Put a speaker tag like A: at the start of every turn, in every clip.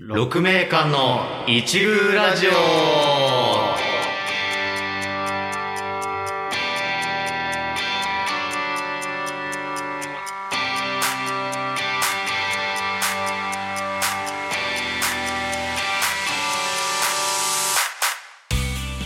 A: 6名間の一流ラジオ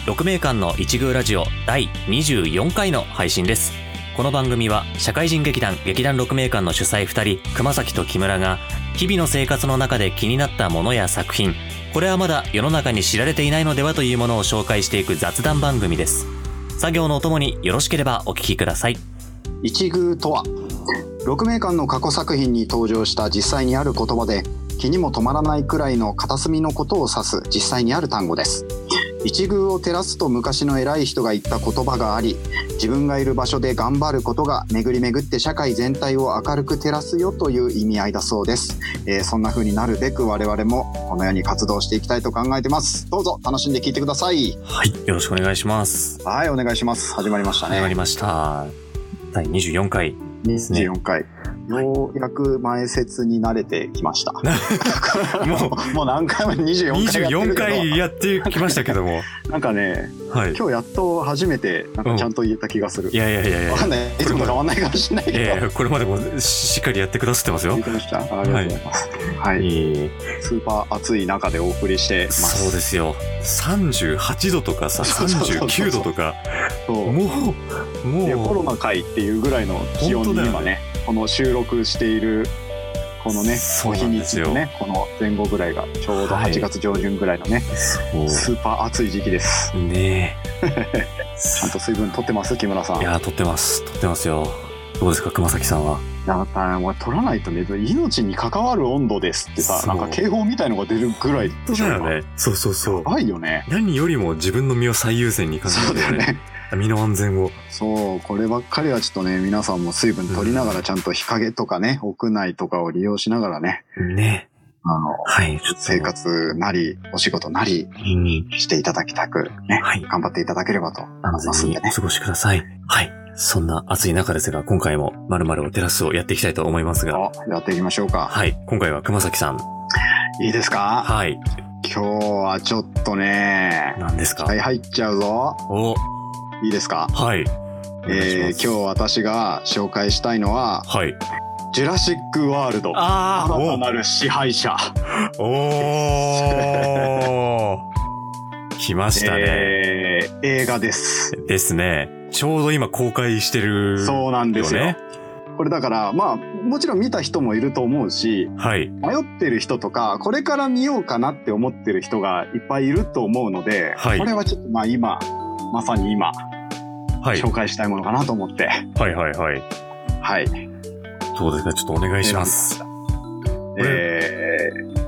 B: 6名間の一宮ラジオ第24回の配信ですこの番組は社会人劇団劇団6名間の主催2人熊崎と木村が日々の生活の中で気になったものや作品これはまだ世の中に知られていないのではというものを紹介していく雑談番組です作業のおともによろしければお聞きください
C: 一宮とは6名間の過去作品に登場した実際にある言葉で気にも止まらないくらいの片隅のことを指す実際にある単語です一宮を照らすと昔の偉い人が言った言葉があり自分がいる場所で頑張ることが巡り巡って社会全体を明るく照らすよという意味合いだそうです、えーそんな風になるべく我々もこのように活動していきたいと考えてますどうぞ楽しんで聞いてください
B: はいよろしくお願いします
C: はいお願いします始まりました
B: 始ま
C: ね
B: りました第24回すね
C: 24回ようやく前説に慣れてきま した。もう、もう何回も24回やってるけど。
B: やってきましたけど も
C: なんかね、
B: はい
C: 今日やっと初めて、なんかちゃんと言えた気がする。
B: いやいやいやいや
C: わかんない。いつも変わんないかもしれないけど。
B: えーこれまでもししっかりやってくださってますよ
C: 言ってました。ありがとうございます。はい。
B: え
C: スーパー暑い中でお送りして
B: ー
C: ます。
B: そうですよ38度とかさ
C: そうそうそうそう
B: 39度とか
C: そう
B: もう
C: で
B: も
C: コロ
B: う
C: ナ回っていうぐらいの気温に
B: 本当だよね
C: 今ねこの収録しているこのね
B: そ
C: お
B: う
C: 日
B: なん
C: に
B: で
C: ち
B: すよ
C: のねこの前後ぐらいがちょうど
B: はい
C: 8月上旬ぐらいのね、ス
B: そ
C: ーパー暑い時期です。
B: うね
C: ちゃん
B: え
C: と水分取ってます木村さん。
B: いやー撮ってます撮ってますよどうですか熊崎さんは
C: やっぱね、お前取らないとね、命に関わる温度ですってさ、
B: そう
C: なんか警報みたいのが出るぐらいでしょ。
B: ねそうそうそ
C: や
B: う
C: ばいよね。
B: 何よりも自分の身を最優先に考
C: そう
B: え
C: だ
B: て
C: よ
B: ね
C: ね。
B: 身の安全を
C: そう、こればっかりはちょっとね、皆さんも水分取りながらちゃんと日陰とかね、屋内とかを利用しながらね、
B: ね
C: あの、
B: はいちょっと
C: 生活なり、お仕事なり
B: うん
C: していただきたく、ね、
B: はい
C: 頑張っていただければと思いま
B: 安
C: す
B: 全に
C: んで
B: お
C: ね。
B: 過ごしくださいはいそんな暑い中ですが今回も「まるを照らす」をやっていきたいと思いますが
C: あやっていきましょうか。
B: はい、今回は熊崎さん。
C: いいですか
B: はい、
C: 今日はちょっとね、
B: 何ですか、
C: はい、入っちゃうぞ。
B: お、
C: いいですか
B: はい。
C: えー、今日私が紹介したいのは
B: 日。はい。
C: 「ジュラシック・ワールド」
B: あ
C: 新たなる支配者、
B: おお ー来ましたね、
C: えー映画です。
B: ですね。ちょうど今公開してる。
C: そうなんですよ。
B: ね。
C: これだからまあもちろん見た人もいると思うし
B: はい。
C: 迷ってる人とかこれから見ようかなって思ってる人がいっぱいいると思うので、
B: はい
C: これはちょっとまあ今まさに今、
B: はい。
C: 紹介したいものかなと思って
B: はいはいはい。
C: はい。
B: そうですか、ちょっとお願いします。
C: えー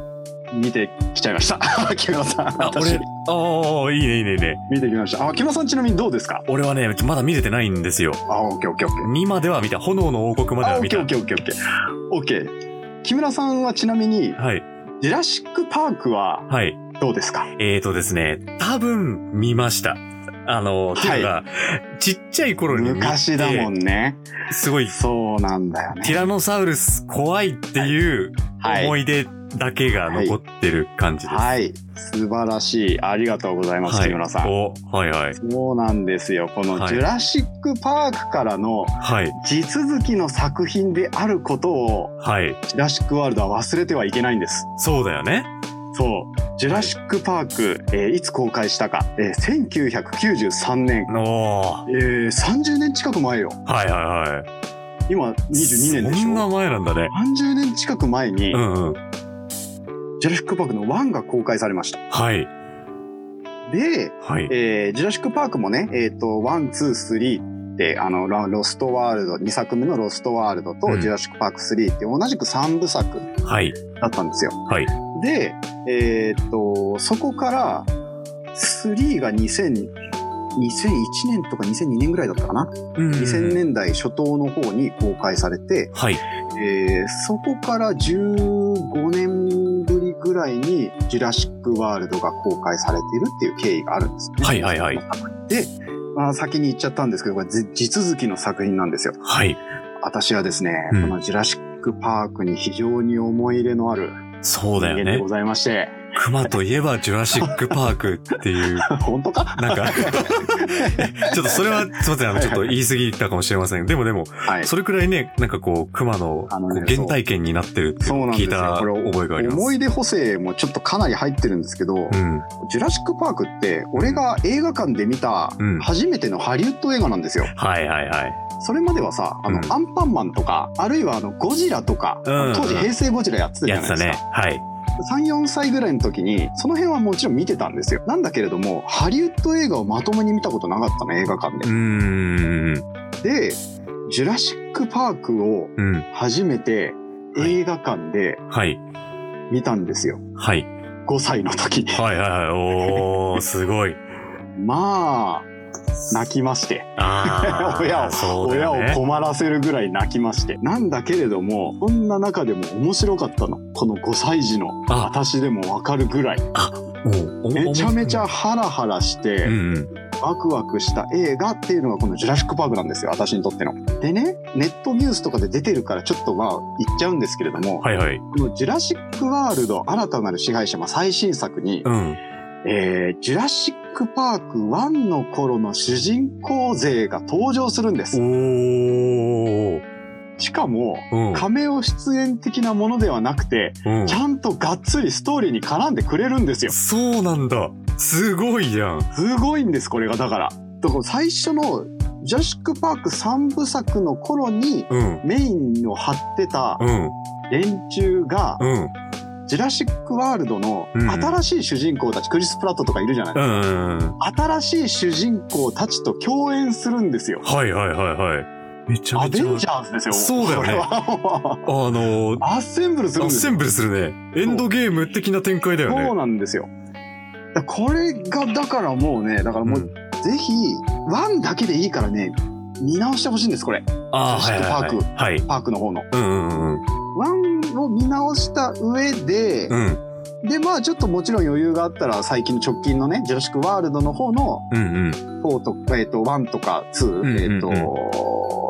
C: 見てきちゃいました。 木村さん、
B: あ、俺
C: 私、
B: ああ、いいねいいねいいね。
C: 見てきました。あ、木村さんちなみにどうですか？
B: 俺はね、まだ見れてないんですよ。
C: あ、オッケーオッケーオッケー。
B: 2までは見た。炎の王国まで
C: あ、
B: は
C: オッ
B: 見
C: ケ
B: た
C: ーオッ。ケーオッケーオッケー。オッケー。木村さんはちなみに、
B: はい。
C: ジュラシック・パークは
B: はい。
C: どうですか
B: えーとですね、多分見ました。あの、っていうのが、ちっちゃい頃に見て
C: 昔だもんね。
B: すごい、
C: そうなんだよ
B: ティ
C: ね。
B: ラノサウルス怖いっていう思
C: はい。
B: い出だけが残ってる感じです。
C: はい。素晴らしい。ありがとうございます、木村さん。
B: お、はいはい。
C: そうなんですよ。この
B: はい
C: ジュラシック・パークからの
B: はい、
C: 地続きの作品であることを、
B: はい。
C: ジュラシック・ワールドは忘れてはいけないんです。
B: そうだよね。
C: そう。ジュラシック・パーク、えーいつ公開したか、えー1993年、
B: おー。
C: えー30年近く前よ。
B: はいはいは
C: 今
B: い。
C: 22年でし
B: そんな
C: ょ
B: 前なんだね。
C: 30年近く前に、
B: うんうん。
C: ジュラシック・パークの1が公開されました。
B: はい、
C: で、
B: はい。
C: えージュラシック・パークもね、えっ、と、1、2、3って、あの、ロロストワールド、2作目のロストワールドと、
B: うん
C: ジュラシック・パーク3って同じく3部作
B: はい、
C: だったんですよ。
B: はい。
C: で、えっ、と、そこから、3が2000、2001年とか2002年ぐらいだったかな、
B: うん。
C: 2000年代初頭の方に公開されて、
B: はい、
C: えーそこから15年ぶりぐらいに「ジュラシック・ワールド」が公開されているっていう経緯があるんですよね。
B: はいはいはい
C: で、まあ、先に言っちゃったんですけどこれぜ地続きの作品なんですよ。
B: はい。
C: 私はですね、
B: うん
C: この「ジュラシック・パーク」に非常に思い入れのある
B: そうだよ
C: 人間で
B: ね
C: ご。ざいまして。
B: 熊といえばジュラシックパークっていう、
C: 本当か
B: なんか、 ちょっとそれは、すいません、あの、ちょっと言い過ぎたかもしれません。でもでも、
C: はい。
B: それくらいね、なんかこう、熊の
C: あ
B: こ
C: の
B: う
C: ね
B: 原体験になってるって
C: そうなん
B: 聞
C: で
B: い
C: すよ
B: た。
C: これ
B: 覚えがあります。
C: 思い出補正もちょっとかなり入ってるんですけど、
B: うん。
C: ジュラシック・パークって俺が映画館で見た
B: うん
C: 初めてのハリウッド映画なんですよ。
B: はいはいはい。
C: それまではさあの、
B: うん
C: アンパンマンとかあるいはあのゴジラとか、
B: うん
C: 当時平成ゴジラやってたじ
B: や
C: ゃ
B: っ
C: な
B: て
C: い
B: た
C: ですか。
B: ね。はい。
C: 34歳ぐらいの時にその辺はもちろん見てたんですよなんだけれどもハリウッド映画をまともに見たことなかったの映画館
B: うーん。
C: でで「ジュラシック・パーク」を
B: うん。
C: 初めて映画館で
B: はい。
C: 見たんですよ
B: はい。
C: 5歳の時に
B: はいはいはい。おー、すごい。
C: まあ泣きまして
B: あー。
C: 親を
B: そうだ
C: 親
B: よ
C: を
B: ね。
C: 困らせるぐらい泣きましてなんだけれどもそんな中でも面白かったのこの5歳児の
B: あ、
C: 私でもわかるぐらい
B: もう、
C: めちゃめちゃ。ハラハラして、
B: うんうん。
C: ワクワクした映画っていうのがこの「ジュラシック・パーク」なんですよ私にとっての。でねネットニュースとかで出てるからちょっとまあ言っちゃうんですけれども、
B: はいはい。
C: この「ジュラシック・ワールド新たなる支配者」まあ、最新作に、
B: うん。
C: えージュラシック・パーク1」の頃の主人公勢が登場するんです。
B: おー。
C: しかも
B: うん。
C: 仮メオ出演的なものではなくて
B: うん
C: ちゃんとがっつりストーリーに絡んでくれるんですよ。
B: そうなんだ。すごいやん。
C: すごいんですこれがだから。だから最初の「ジュラシック・パーク」3部作の頃に
B: うん。
C: メインを張ってた
B: うん。
C: 連中が、
B: うん。
C: ジュラシック・ワールドの
B: うん
C: 新しい主人公たち、クリス・プラットとかいるじゃない、
B: うんうんうん。
C: 新しい主人公たちと共演するんですよ。
B: はいはいはいはい。めちゃ
C: ア
B: めち
C: ベ
B: ゃ。
C: ンジャーズですよ。
B: そうだよね
C: これは
B: あのー、
C: アッセンブルする
B: ア
C: ん
B: ッ
C: です
B: セ
C: よ。
B: ンブルするね。エンドゲーム的な展開だよ
C: そう
B: ね。
C: なんですよ。だこれが、だからもうね、だからもう、
B: ん
C: ぜひ、ワンだけでいいからね、見直してほしいんです、これ。
B: ああ、
C: ジ
B: は
C: ュ
B: い
C: ラシ
B: はい
C: ック
B: はい。はい。
C: パークの方の。
B: うんうんうん
C: ワンを見直した上で、
B: うん。うん
C: でまあちょっともちろん余裕があったら最近の直近のね「ジュラシック・ワールド」の方の
B: うんうん。
C: 4とか、えー、と1とか2、
B: うんうんうん
C: えーと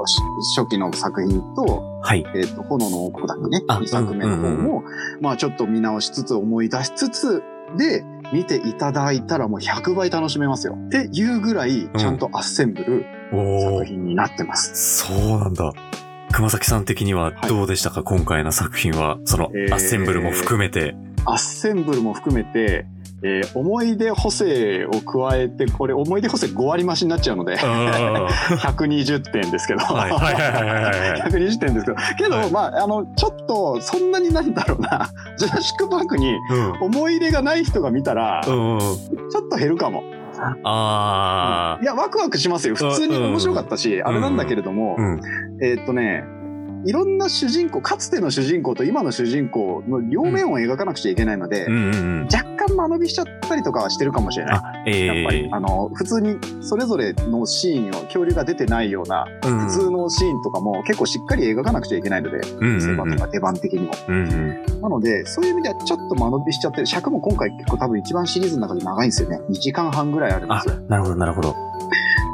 C: し初期の作品と,、
B: はい。
C: えー、と炎の王国だっけね
B: あ
C: 2作目の方も、
B: うんうん
C: まあちょっと見直しつつ思い出しつつで見ていただいたらもう100倍楽しめますよっていうぐらいちゃんとアッセンブル
B: お
C: 作
B: お。
C: 品になってます。
B: そうなんだ。熊崎さん的にはどうでしたか、今回の作品は。その、
C: えー
B: アッセンブルも含めて。
C: アッセンブルも含めて、えー思い出補正を加えてこれ思い出補正5割増しになっちゃうので。
B: ああ。
C: 120点ですけど、
B: はいはいはいはいはい。
C: 120点ですけどけど、
B: はい
C: まああのちょっとそんなになんだろうな ジュラシック・パークに
B: うん。
C: 思い入れがない人が見たら、
B: うんうん。
C: ちょっと減るかも
B: あ
C: いやワクワクしますよ普通に面白かったし、あれなんだけれども
B: あ。、うん。
C: えーっとねいろんな主人公かつての主人公と今の主人公の両面を描かなくちゃいけないので、
B: うんうんうん。
C: 若干間延びしちゃったりとかはしてるかもしれない。
B: あ、ええ
C: やっぱり、あの普通にそれぞれのシーンを恐竜が出てないような
B: うん
C: 普通のシーンとかも結構しっかり描かなくちゃいけないので、
B: うんうん
C: セ
B: う
C: バ
B: ん
C: とか出番的にも。
B: うんうん。
C: なので、そういう意味ではちょっと間延びしちゃってる。尺も今回結構多分一番シリーズの中で長いんですよね。2時間半ぐらいあるんで
B: あ
C: すよ。、
B: なるほどなるほど。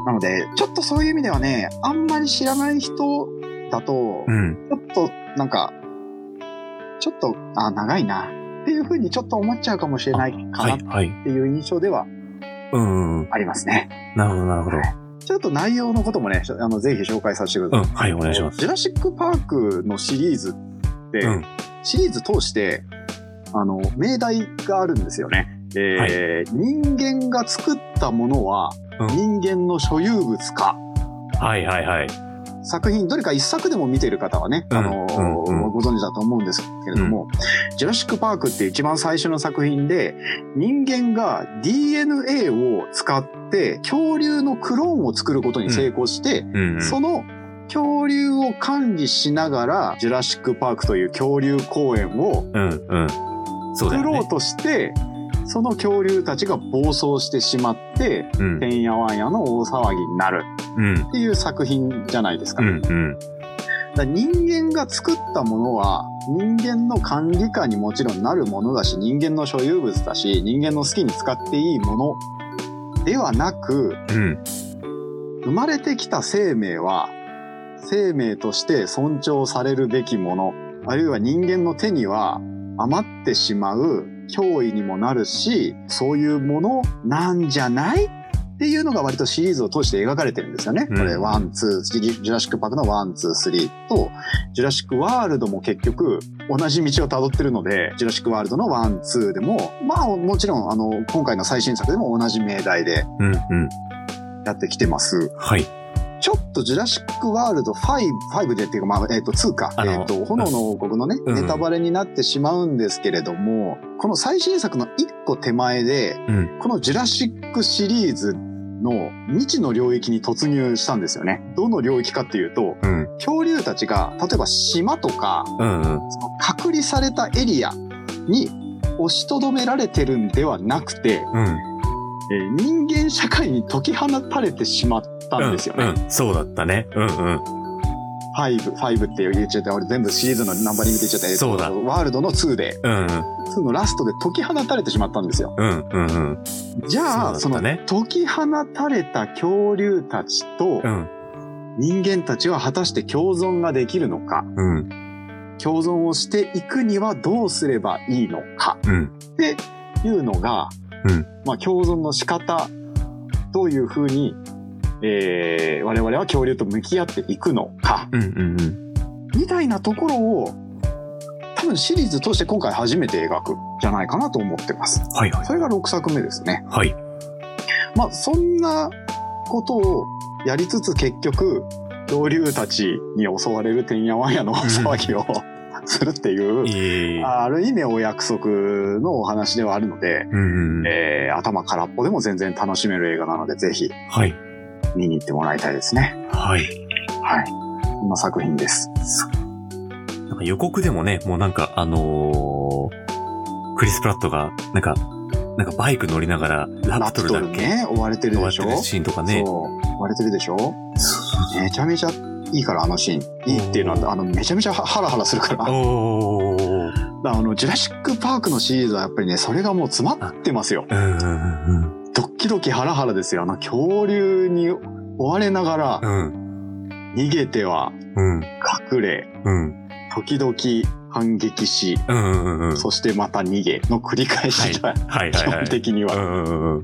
C: なので、ちょっとそういう意味ではね、あんまり知らない人だと、
B: うん。
C: ちょっとなんか、ちょっと、あ、長いな。っていうふうにちょっと思っちゃうかもしれないか
B: は
C: ないっ
B: はい。
C: ていう印象では
B: うんうんうん。
C: ありますね。
B: なるほどなるほど。
C: ちょっと内容のこともね、あのぜひ紹介させてくださ
B: う
C: い
B: ん。。はい、お願いします。
C: ジュラシック・パークのシリーズって、
B: うん
C: シリーズ通してあの命題があるんですよね。えー人間が作ったものは人間の所有物か、
B: はいはいはい。
C: 作品どれか一作でも見てる方はね、
B: うん
C: あの
B: うんうん
C: ご存知だと思うんですけれども、ジュラシック・パークって一番最初の作品で人間が DNA を使って恐竜のクローンを作ることに成功して、
B: うんうん。
C: その恐竜を管理しながら、ジュラシック・パークという恐竜公園を
B: うんうん。そうだ
C: 作
B: よ
C: ろ
B: ね
C: う。として、その恐竜たちが暴走してしまって、
B: うん
C: てんやわんやの大騒ぎになる
B: うん
C: っていう作品じゃないですか。
B: うんうん。
C: だから人間が作ったものは、人間の管理下にもちろんなるものだし、人間の所有物だし、人間の好きに使っていいものではなく、
B: うん
C: 生まれてきた生命は生命として尊重されるべきものあるいは人間の手には余ってしまう脅威にもなるしそういうものなんじゃないっていうのが割とシリーズを通して描かれてるんですよね。
B: うん
C: これ、ワン、ツー、ジュラシック・パークのワン、ツー、スリーと、ジュラシック・ワールドも結局同じ道を辿ってるので、ジュラシック・ワールドのワン、ツーでも、まあもちろん、あの、今回の最新作でも同じ命題で
B: うんうん。
C: やってきてます。
B: はい。
C: ちょっとジュラシック・ワールド5、5でっていうか、まあ、えっ、と、2か、え
B: あ
C: っ、
B: の
C: と、炎の王国のね、
B: うん
C: ネタバレになってしまうんですけれども、この最新作の一個手前で、
B: うん
C: このジュラシックシリーズの未知の領域に突入したんですよね。どの領域かっていうと、
B: うん
C: 恐竜たちが、例えば島とか、
B: うんうん。
C: 隔離されたエリアに押しとどめられてるんではなくて、
B: うん。
C: えー人間社会に解き放たれてしまったんですよね。
B: うんうん、そうだったね。うんうん。
C: ファイブ、ファイブって言っちゃって、俺全部シリーズのナンバリングで言っちゃった。えっと
B: そうだ
C: ワールドの2で、
B: うん
C: 2のラストで解き放たれてしまったんですよ。
B: うん。うんうん
C: じゃあ、そ
B: そうだ
C: の、
B: ったね
C: 解き放たれた恐竜たちと
B: うん。うん
C: 人間たちは果たして共存ができるのか、
B: うん
C: 共存をしていくにはどうすればいいのか
B: うん
C: っていうのが、
B: うん
C: まあ、共存の仕方、どういうふうに、えー我々は恐竜と向き合っていくのか、
B: うんうんうん。
C: みたいなところを多分シリーズとして今回初めて描くんじゃないかなと思ってます。
B: はいはい
C: それが6作目ですね。
B: はい。
C: まあそんなことをやりつつ結局恐竜たちに襲われるてんやわんやの大騒ぎをするっていう、
B: ええ。
C: ある意味お約束のお話ではあるので、
B: うんうん。
C: えー頭空っぽでも全然楽しめる映画なのでぜひ
B: はい。
C: 見に行ってもらいたいですね。
B: はい。
C: はい。こんな作品です。
B: なんか予告でもね、もうなんかあのークリス・プラットが、なんか、なんかバイク乗りながら、ラ
C: ラ
B: プトル
C: プト
B: だ
C: ル
B: っけ
C: ね、追われてる
B: 終わ
C: で
B: っ
C: してょ
B: るシーンとかね。
C: そう割れてるでしょめちゃめちゃいいからあのシーンいいっていうの
B: おー
C: はあのめちゃめちゃハラハラするからだか
B: おー。
C: らあのジュラシック・パークのシリーズはやっぱりねそれがもう詰まってますよ
B: うんうん
C: ドッキドキハラハラですよあの恐竜に追われながら
B: うん。
C: 逃げては
B: うん。
C: 隠れ
B: うん。
C: 時々反撃し
B: うん。うんうんうんうん。
C: そしてまた逃げの繰り返しが、
B: はい
C: 基
B: はいは
C: 本
B: い。
C: 的に
B: う
C: は
B: んうんうん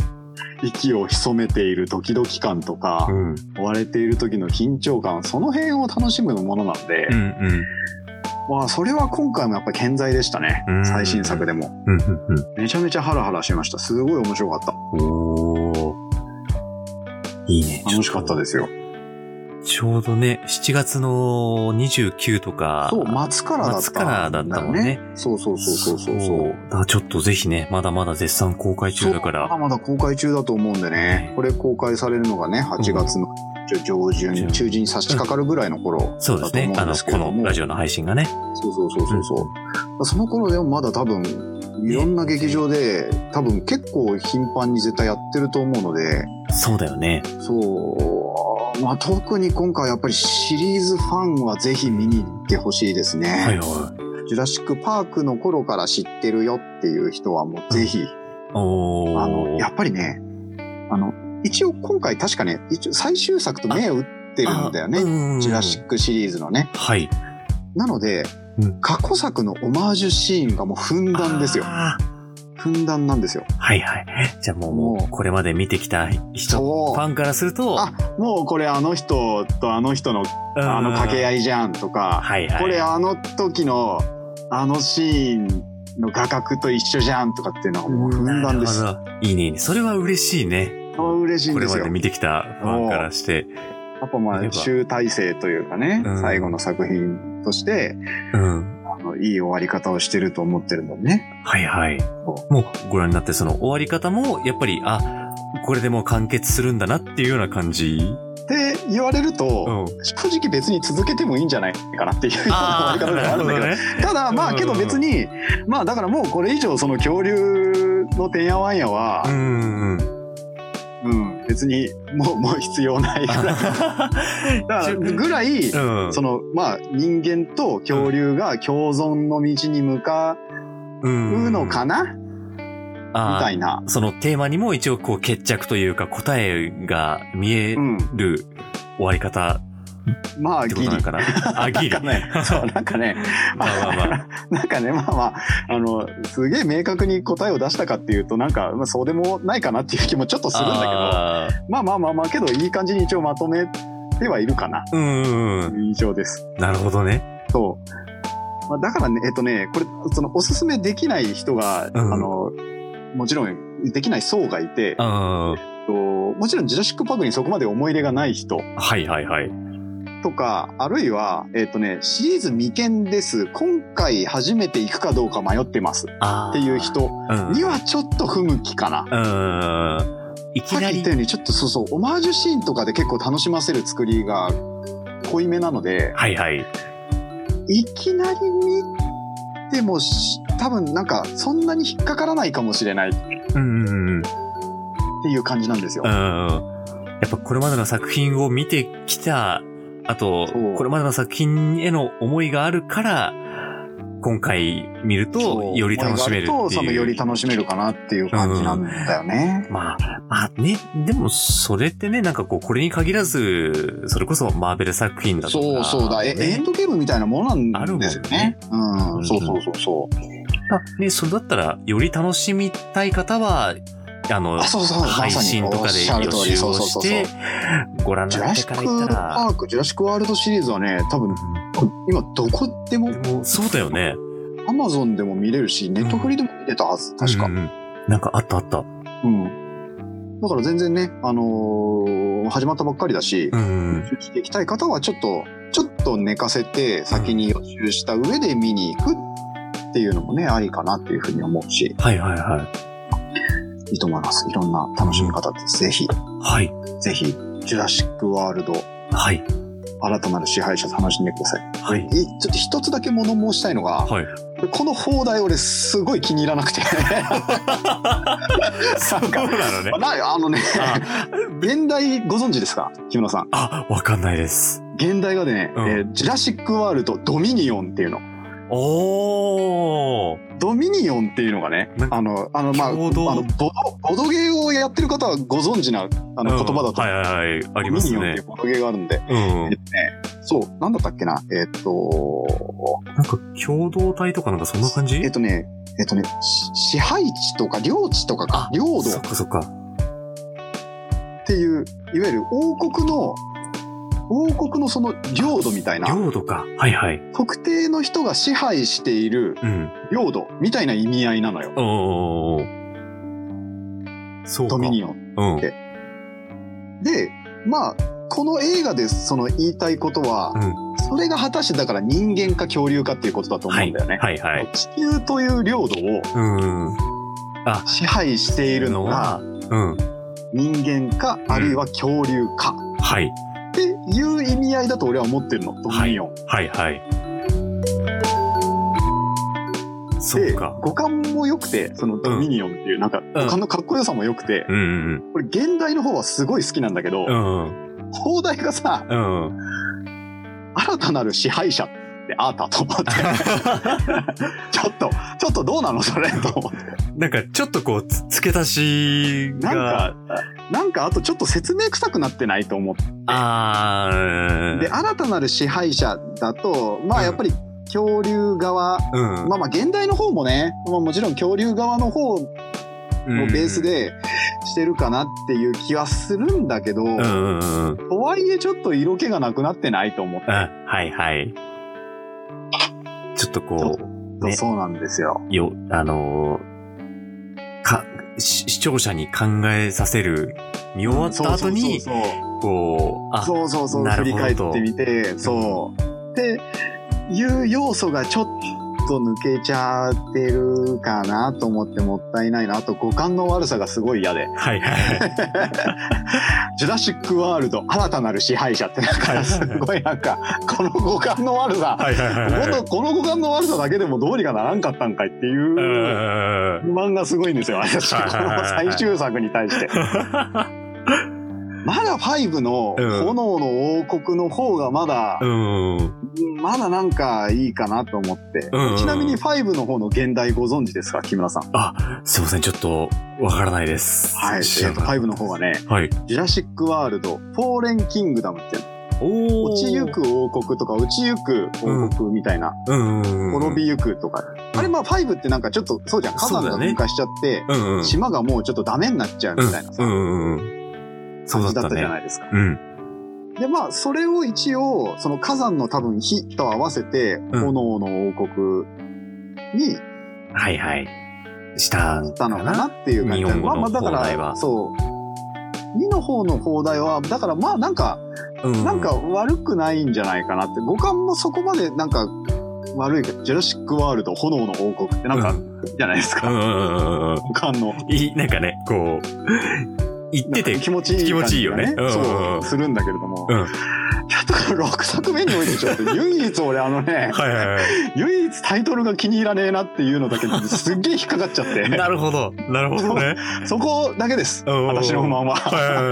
C: 息を潜めているドキドキ感とか
B: うん。うん
C: 追われている時の緊張感その辺を楽しむものなんで、
B: うん
C: まあそれは今回もやっぱ健在でしたね
B: うん
C: 最新作でも
B: うんうんうん。
C: めちゃめちゃハラハラしましたすごい面白かった
B: おー。いいね。
C: 楽しかったですよ
B: ちょうどね、7月の29とか。
C: そう松からだった
B: 松からだったもんね。
C: そうそうそうそうそうそう
B: だからちょっとぜひね、まだまだ絶賛公開中だか
C: まだ
B: ら。
C: まだ公開中だと思うんでね
B: ね
C: これ公開されるのがね8月の上旬中旬に差し掛かるぐらいの頃
B: そうです
C: だと思
B: ね。
C: う
B: あ
C: んで
B: の、
C: すけ
B: こ
C: れど
B: の
C: も
B: ラジオの配信がね。
C: そうそうそうそうそうその頃でもまだ多分いろんな劇場で多分結構頻繁に絶対やってると思うので
B: そうだよね。
C: そう、まあ、特に今回やっぱりシリーズファンはぜひ見に行ってほしいですね、
B: はいはい。
C: ジュラシック・パークの頃から知ってるよっていう人はもうぜひ、
B: お
C: あのや
B: ー。
C: っぱりねあの一応今回確かね一応最終作と目を打ってるんだよね、
B: ね
C: ジュラシックシリーズのね
B: はい。
C: なので、
B: うん
C: 過去作のオマージュシーンがもうふんだんですよ
B: あ
C: ふんだんなんですよ
B: ーはいはい。じゃあもう、
C: も
B: も
C: う
B: う、これまで見てきた人、フ
C: そ
B: ァンからすると、
C: あうもうこれあの人とあの人のあの掛け
B: い。
C: 合いじゃんとか、
B: はいはい。
C: これあの時のあのシーンの画角と一緒じゃんとかっていうのはもうふんだんです。
B: なるほどいいねいいね。それは嬉しいね。
C: あ嬉しいん
B: こ
C: で
B: れま
C: すよ。
B: で
C: や
B: 見てきたファンからして。
C: っぱま
B: 見れ
C: あ
B: ば
C: 集大成というかね、
B: うん
C: 最後の作品として
B: うん。
C: あのいい終わり方をしてると思ってるのでね。
B: はいはい
C: そ。
B: もうご覧になって、その終わり方も、やっぱり、あ、これでもう完結するんだなっていうような感じ。
C: って言われる
B: う
C: と、
B: ん。
C: 正直別に続けてもいいんじゃないかなっていうような
B: あ
C: 終わり方でもあ
B: あ、
C: るんだけど。
B: ね。
C: ただまあ
B: うん
C: けど別に、まあだからもうこれ以上その恐竜のてんやわんやは
B: う、んうんうん。
C: うん、別にもうもう必要な いぐらい。だから ぐらい、
B: うん。
C: そのまあ人間と恐竜が共存の道に向か
B: うん
C: うのかな、みた
B: あ
C: いな
B: ー。そのテーマにも一応こう決着というか答えが見え
C: うん、
B: る終わり方
C: まあ
B: って
C: ギ
B: こ
C: リ
B: となのか な。あ、ギリ。
C: なんかね、そう、 なんかね、
B: まあまあまあ。
C: なんかね、まあまあ、あの、すげえ明確に答えを出したかっていうと、なんか、まあ、そうでもないかなっていう気もちょっと するんだけど、
B: あ
C: まあまあまあまあ、けど、いい感じに一応まとめてはいるかな。
B: ーうんうんうん。
C: 以上です。
B: なるほどね。
C: そう。まあ、だからね、えっとね、これ、その、おすすめできない人が、
B: うん
C: あの、もちろん、できない層がいて、
B: うんうんうん。
C: ともちろん、ジュラシックパークにそこまで思い入れがない人
B: はいはいはい。
C: とか、あるいは、えっとね、シリーズ未見です。今回初めて行くかどうか迷ってます。
B: あー
C: っていう。人
B: うん。
C: にはちょっと不向きかな。
B: うんうんうん。いき
C: さっき
B: な
C: 言
B: り
C: った。ようにちょっとそうそうオマージュシーンとかで結構楽しませる作りが濃いめなので
B: はいはい。
C: いきなり見てもし多分なんかそんなに引っかからないかもしれないっ
B: うんうんうん。
C: ていう感じなんですよ
B: う。んうんやっぱこれまでの作品を見てきた、あと
C: そう、
B: これまでの作品への思いがあるから、今回見ると、
C: そう
B: より楽しめるって
C: 思いがあとその
B: い
C: よ
B: う。
C: り楽しめるかなっていう感じなんだよね。
B: まあ、まあね、でもそれってね、なんかこう、これに限らず、それこそマーベル作品だとか、
C: そうそうだ、え
B: ね
C: エンドゲームみたいなもの
B: あ
C: な
B: るも
C: ん
B: ん
C: ですよね。う
B: うん
C: ん、そうそうそうそう。
B: ね、それだったら、より楽しみたい方は、あの、
C: あ、そうそう、ま
B: 配
C: さに
B: 信と
C: おっ
B: かで
C: しゃる
B: 予
C: 通り、
B: 習
C: そう
B: を
C: そう
B: し
C: そう
B: て
C: そう。、
B: ご覧に
C: ジュ
B: な
C: ラ
B: って
C: シッ
B: か
C: ク
B: ら行った
C: パ
B: ら、
C: ーク、ジュラシックワールドシリーズはね、多分今どこでも
B: でも、そうだよね。
C: アマゾンでも見れるし、ネットフリでも見れたはず、確か
B: う。んうんなんかあったあった。
C: うん。だから全然ね、あのー始まったばっかりだし、
B: うんうん。
C: 集中していきたい方はちょっと、ちょっと寝かせて、先に予習した上で見に行くっていうのもね、ありかなっていうふうに思うし、
B: はいはいはい。
C: いいと思います。いろんな楽しみ方です。ぜひ、
B: はい。
C: ぜひ、ジュラシックワールド、
B: はい。
C: 新たなる支配者と話してみてくださ
B: は
C: い。
B: い。
C: えちょっと一つだけ物申したいのが、
B: はい。
C: この放題俺すごい気に入らなくて。 なんか
B: なのね
C: なあのね、
B: あ
C: 現代ご存知ですか木村さん。
B: あ、わかんないです。
C: 現代がね、
B: うん
C: えージュラシックワールドドミニオンっていうの。
B: おー。
C: ドミニオンっていうのがね
B: なん、か
C: あの、あの、まあ、あ
B: ちょ
C: の
B: うど
C: ボド、ボドゲーをやってる方はご存知な、あの、言葉だと。
B: うんはいはいはい。あり
C: ドミ
B: ます
C: ニオンってい
B: ね
C: う。ボドゲーがあるんで。
B: うん
C: えっ。とね、そう、なんだったっけな、えっと、
B: なんか、共同体とかなんかそんな感じ
C: えっとね、えっとね、し支配地とか領地とか
B: あ、
C: か領土
B: そっかそっか。
C: っていう、いわゆる王国の、王国のその領土みたいな、
B: 領土か。はいはい。
C: 特定の人が支配している
B: うん。
C: 領土みたいな意味合いなのよ。
B: おー。そうか。
C: ドミニオン。
B: うん。
C: でで、まあ、この映画でその言いたいことは、
B: うん
C: それが果たしてだから人間か恐竜かっていうことだと思
B: は
C: うん
B: い。
C: だよね。
B: はいはい。
C: 地球という領土を
B: うん。
C: 支配しているのが、
B: うん。
C: 人間か、あるいは恐竜か
B: はい。
C: っていう意味合いだと俺は思ってるの、ドミニオン。
B: はいはい。そう
C: で
B: か。
C: 五感も良くてそのドミニオンっていう、なんか五感のかっこよさも良くて、
B: うんうん
C: これ現代の方はすごい好きなんだけど、
B: うん。うん
C: 放題がさ
B: うん。うん。
C: 新たなる支配者ってあったと思って ちょっとちょっとどうなのそれと思って
B: なんかちょっとこうつ付け足し
C: な
B: が
C: んかなんかあとちょっと説明臭くなってないと思って、
B: あー
C: で新たなる支配者だとま
B: う
C: あ
B: ん
C: やっぱり恐竜側、
B: うん
C: まあまあ現代の方もね、まあ、もちろん恐竜側の方の
B: うん
C: ベースでしてるかなっていう気はするんだけど、
B: うんうんうんうん
C: とはいえちょっと色気がなくなってないと思って。
B: あはいはいちょっとこうね
C: そうなんですよ。
B: よあのーかし視聴者に考えさせる見終わった後に
C: そうそ
B: こうあ
C: うそうそうそうそう
B: なる
C: 振り
B: ほど
C: 返ってみて、そう。っていう要素がちょっと抜けちゃってるかなと思ってもったいないな。あと五感の悪さがすごい嫌で。
B: はいはい
C: ジュラシックワールド新たなる支配者ってなん
B: はい
C: かすごいなんか、この五感の 悪さ、
B: はいはいはい
C: こ
B: はい
C: のこの五感の悪さだけでもどうにかならんかったんかいっていう。
B: うんうんうん
C: 不満がすごいんですよ、私。こ
B: はいはいはい
C: の
B: はい
C: 最終作に対して。まだ5の
B: うん
C: 炎の王国の方がまだ、
B: うんうん
C: まだなんかいいかなと思って。
B: うんうん
C: ちなみに5の方の現代ご存知ですか、木村さん。
B: あ、すいません、ちょっと、わからないです。
C: はい。えっ
B: 知ら
C: と
B: なかった
C: 5の方がね、
B: はい。
C: ジュラシックワールド、フォーレンキングダムっていうの
B: お
C: 落ちゆく王国とか落ちゆく王国みたいな、
B: うんうんうん
C: 滅びゆくとか、あれまあ5ってなんかちょっとそうじゃん火山が
B: そうだね
C: 噴火しちゃって、
B: うんうん
C: 島がもうちょっとダメになっちゃうみたいなさ、
B: うんうんうんうんそう
C: 感
B: だっ
C: じだ
B: た
C: ったじゃ
B: ね
C: ないですか。
B: うん
C: でまあそれを一応その火山の多分火と合わせて
B: ん
C: 炎の王国に
B: はいはいした
C: したのかなっていう感じ
B: 日本語の
C: まあまあだ
B: 砲
C: か
B: 台は
C: らそう2の方の放題はだからまあなんか
B: うん
C: なんか悪くないんじゃないかなって五感もそこまでなんか悪いけどジュラシック・ワールド炎の王国ってなん
B: う
C: か
B: ん
C: じゃないです
B: う
C: か
B: んうんうんうん
C: 五感の
B: いいなんかねこう言って
C: なん
B: て
C: か気持ちいい
B: 気持
C: 感
B: ちいい
C: じ
B: よ
C: が
B: ね
C: ね
B: うんうんうん
C: そうするんだけれども
B: うん
C: いやだから6作目においてちょっと唯一俺あのね
B: はいはいはい
C: 唯一タイトルが気に入らねえなっていうのだけですっげえ引っかかっちゃって
B: なるほど。なるほどね。
C: そこだけです
B: うん
C: 私の不満
B: は
C: はい
B: はいは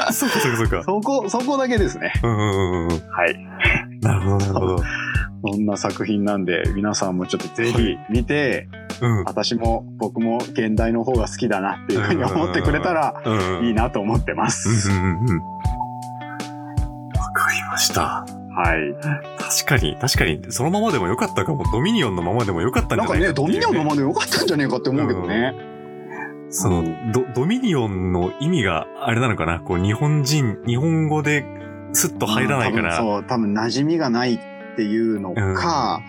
B: いはい。そうかそうかそうか。
C: そこそこだけですね
B: うんうんうんうん。はい。なるほど、なるほど。
C: そんな作品なんで皆さんもちょっとぜ
B: は
C: ひ見て、
B: うん。
C: 私も僕も現代の方が好きだなっていうふうに思ってくれたら
B: うんうん。
C: いいなと思ってま
B: う
C: す、
B: んうんうん。わかりました。
C: はい
B: 確かに、確かに、そのままでもよかったかも。ドミニオンのままでもよかったんじ
C: な
B: ゃ
C: ん
B: な
C: か
B: いっ
C: ね
B: てい
C: ド
B: う
C: ミニオンのままでよかったんじゃねえかって思うけどね、
B: そのド、ドミニオンの意味があれなのかなこう、日本人、日本語でスッと入らないか
C: うん
B: ら。
C: 多分そう多分馴染みがないっていうのか、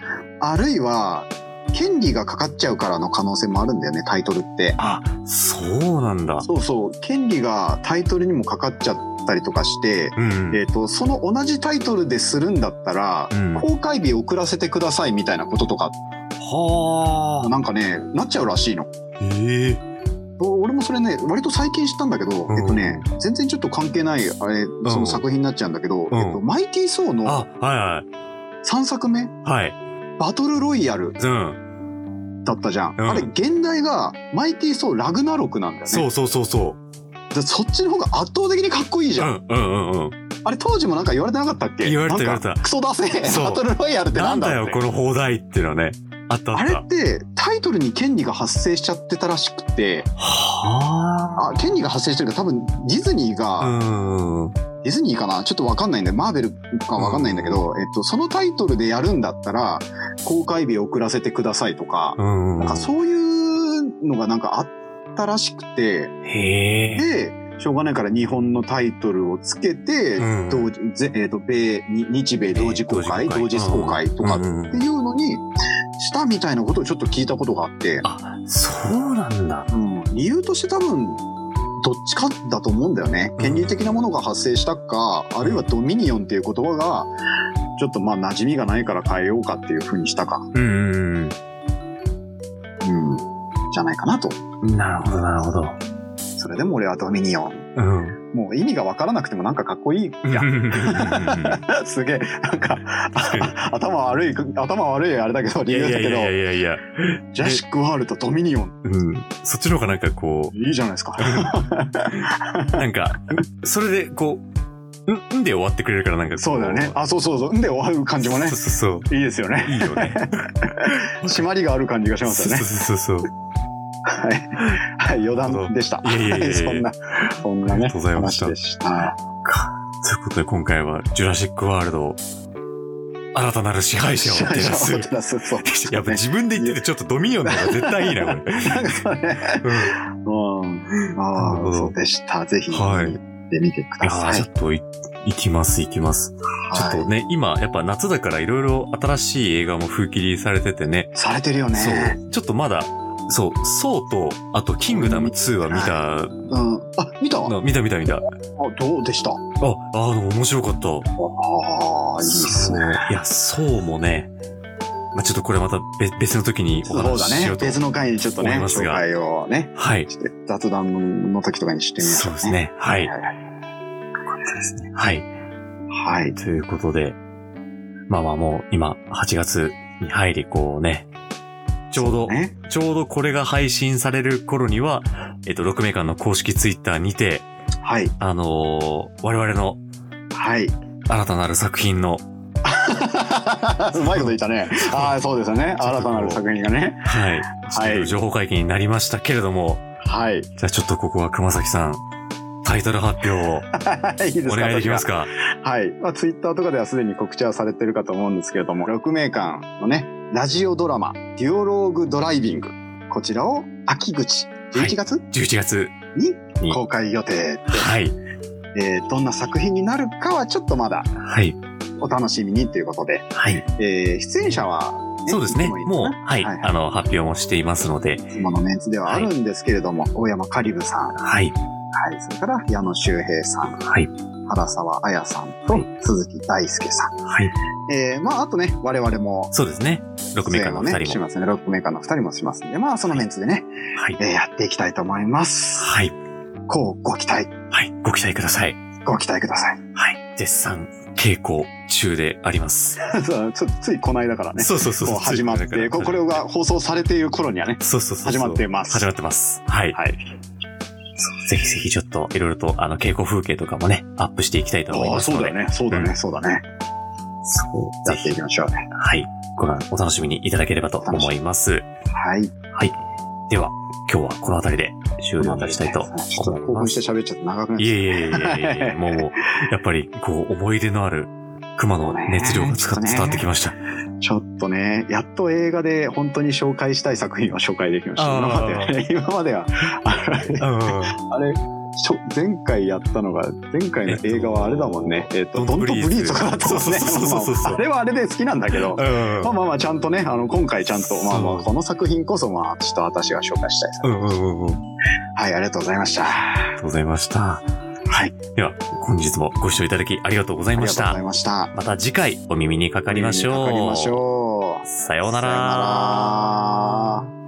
C: あるいは権利がかかっちゃうからの可能性もあるんだよねタイトルって
B: あ、そうなんだ。
C: そうそう権利がタイトルにもかかっちゃったりとかして、
B: うん
C: えー、とその同じタイトルでするんだったら、
B: うん。は
C: 公開日遅らせてくださいみたいなこととか
B: あ。
C: なんかねなっちゃうらしいの
B: ええ
C: お俺もそれね割と最近知ったんだけど、
B: うん
C: えっとね全然ちょっと関係ないあれその作品になっちゃうんだけど、
B: うん
C: えっと、マイティー・ソーの
B: あ、はい
C: 3作目
B: はい。は
C: 「バトル・ロイヤル」
B: い。うん。
C: だったじゃん、
B: うん
C: あれ現代がマイティー・ソー・ラグナロクなんだよね
B: そうそうそうそう。
C: でそっちの方が圧倒的にかっこいいじ
B: う
C: ゃん、
B: んうんうんうん。
C: あれ当時もなんか言われてなかったっけ
B: 言われた
C: なんか
B: 言われた
C: クソだせ
B: そう
C: えバトル・ロイヤルって
B: な
C: なん
B: んだ
C: だっ
B: よ、
C: て
B: この放題っていうのね。あったあった。
C: あれってタイトルに権利が発生しちゃってたらしくて
B: は
C: あ権利が発生してるから多分ディズニー
B: あ。う
C: が、
B: んうん。
C: ディズニーかなちょっとわかんないんでマーベルかわかんないんだけど、えっと、そのタイトルでやるんだったら公開日遅らせてくださいとか、
B: うんう
C: なんか
B: ん。
C: そういうのがなんかあったらしくて、
B: へえ。
C: でしょうがないから日本のタイトルをつけて、
B: うん
C: 同時ぜえー、と米に日米同時公開、同時公開とか
B: う
C: っ
B: ん
C: て
B: うんうん
C: いうのにしたみたいなことをちょっと聞いたことがあって、
B: あ、そうなんだ。
C: うん、理由として多分どっちかだと思うんだよね
B: うん
C: 権利的なものが発生したか、あるいはドミニオンっていう言葉がちょっとまあ馴染みがないから変えようかっていうふうにしたか、う
B: う
C: ん、
B: んうん
C: じゃないかなと
B: うん。なるほど、なるほど。
C: それでも俺はドミニオン
B: うん。
C: もう意味がわからなくてもなんかかっこいい
B: うん
C: や
B: うんうんうんうん
C: すげえ、なんか、
B: 確か
C: あ頭悪い、頭悪いあれだけど、
B: に。い
C: 理
B: や
C: 由
B: い
C: だ
B: やい
C: け
B: やい
C: ど、
B: やいや。
C: ジュラシック・ワールド、ドミニオン、
B: うん。そっちの方がなんかこ
C: いいじゃないですか。
B: う、なんか、それでこう、んんで終わってくれるからなんかこ
C: そうだよね。。あ、そうそうそう。んで終わる感じもね
B: そう、そうそう。
C: いいですよね。
B: いいよ ね。
C: 締まりがある感じがしますよね。
B: そうそうそうそう。
C: はい。はい、余談でした。
B: いやいやいやいや
C: は そんな、そんな
B: ありが
C: ね、
B: とうございました
C: 話でした。
B: ということで今回は、ジュラシックワールド、新たなる支配 者を照らす。
C: 照らすそう。
B: やっぱ自分で言っててちょっとドミニオンの方が絶対いいな、これ。
C: なんか それ、
B: うん
C: う
B: なる
C: ん、あ
B: ほ
C: あ、
B: ど
C: そうでした。ぜひ、
B: はい
C: 見てみてくだ
B: あ
C: さ
B: あ、
C: い。
B: ちょっとい、いきます、いきます。ちょっ
C: は
B: とね、今、やっぱ夏だからいろいろ新しい映画も風切りされててね。
C: いされてるよね。
B: そう。ちょっとまだ、そう、そうと、あと、キングダム2は見た
C: うん。あ、見たあ、
B: の、見た見た見た。あ、
C: どうでした
B: あの、面白かった。
C: ああ、いいっすね。
B: そういや、そうもね、まあ、ちょっとこれまた別別の時にお
C: そう
B: 話
C: だ
B: ししよ
C: ね
B: う。と。
C: 別の回にちょっとね、
B: 思います
C: 紹
B: が
C: 介をね、
B: はい。
C: して雑談の時とかにしてみまし
B: そ
C: ょ
B: う
C: うね。
B: です。ね。はい。
C: はいはい。
B: はい。
C: はい。
B: ということで、まあまあもう今8月に入りこうね、ちょうど、
C: ね。
B: ちょうどこれが配信される頃には、えっと、6名間の公式ツイッターにて、
C: はい。
B: あのー我々の
C: はい。
B: 新たなる作品の、
C: うまいこと言ったね。あ あ、そうですよね。新たなる作品がね。
B: はい、
C: はい
B: 情報会見になりましたけれども、
C: はい。
B: じゃあちょっとここは熊崎さん、タイトル発表を
C: いいですか
B: お願いできます
C: 私
B: か。
C: がはい。まあ、ツイッターとかではすでに告知はされてるかと思うんですけれども、6名間のね、ラジオドラマ、デュオローグドライビング。こちらを秋口、11月
B: 11月。
C: に公開予定。
B: はい。
C: えーどんな作品になるかはちょっとまだ
B: はい。
C: お楽しみにということで、
B: はい。
C: えー出演者は、
B: そうですね。
C: いついい
B: も
C: の
B: う
C: か、な
B: はい。
C: はいはい
B: あの、発表もしていますので。
C: いつものメンツではあるんですけれども、大山カリブさん、は
B: はい。
C: い、それから矢野周平さん、
B: はい。
C: 原沢彩さんと
B: はい
C: 鈴木大輔さん。
B: はい。
C: えーまあ、あとね、我々も、
B: そうですね。6名間の
C: 出演を
B: 2
C: ね、し
B: 人も。
C: ますね。ロックメーカーの2人もしますんで、まあ、そのメンツでね、
B: はい。
C: えーやっていきたいと思います。
B: はい。
C: こうご期待、
B: はい。ご期待ください。
C: ご期待ください。
B: はい。絶賛傾向中であります。
C: そうちょついこの間からね、
B: そうそうそうそ
C: こ
B: う。
C: う始まっ
B: ついこの
C: て、
B: 間か
C: こ
B: ら
C: これが放送されている頃にはね、
B: そうそうそうそう。
C: 始まってます
B: 始まってます。はい。
C: はい。
B: そうぜひぜひちょっと、いろいろと、あの、傾向風景とかもね、アップしていきたいと思い
C: ああ、
B: ます
C: そ
B: の
C: う
B: で。
C: だよね。そうだ
B: う
C: ね。
B: ん
C: そうだね。
B: そう。
C: や
B: ぜ
C: ってい
B: ひ、
C: きましょうね。
B: はい。ご覧、お楽しみにいただければと思います。
C: はい。
B: はい。では、今日はこの辺りで終了いたしたいと
C: ちょっと興
B: 思いま
C: 奮し
B: す。
C: て喋っちゃって長くなっ
B: い
C: ちゃ
B: えいえいえいえいえ、もう、やっぱり、こう、思い出のある熊の熱量がつか
C: ね
B: 伝わってきました。
C: う。ちょっとね、やっと映画で本当に紹介したい作品を紹介できました。
B: あー
C: 今まではね、今 までは、あれ、あれちょ前回やったのが、前回の映画はあれだもんね。えっと、
B: ド
C: ドン
B: ン
C: ト
B: ト
C: ブ
B: ブ
C: リ
B: リ
C: ー
B: ー
C: ズ
B: ズ
C: とかだったもんね。
B: そうそうそうそうそう
C: まあまああれはあれで好きなんだけど。
B: うん
C: まあまあまあ、ちゃんとね、あの、今回ちゃんと、まあまあ、
B: そう
C: この作品こそ、まあ、ちょっと私が紹介したいです。
B: うんうんうんうん。
C: はい、ありがとうございました。あ
B: ありがとうございました。はい。では、本日もご視聴いただきありがとうござい
C: り
B: ま
C: が
B: し
C: とうござい
B: た。
C: ました。
B: また次回お耳にかかりましょう。
C: かかりましょう。
B: さようなら。
C: さようなら。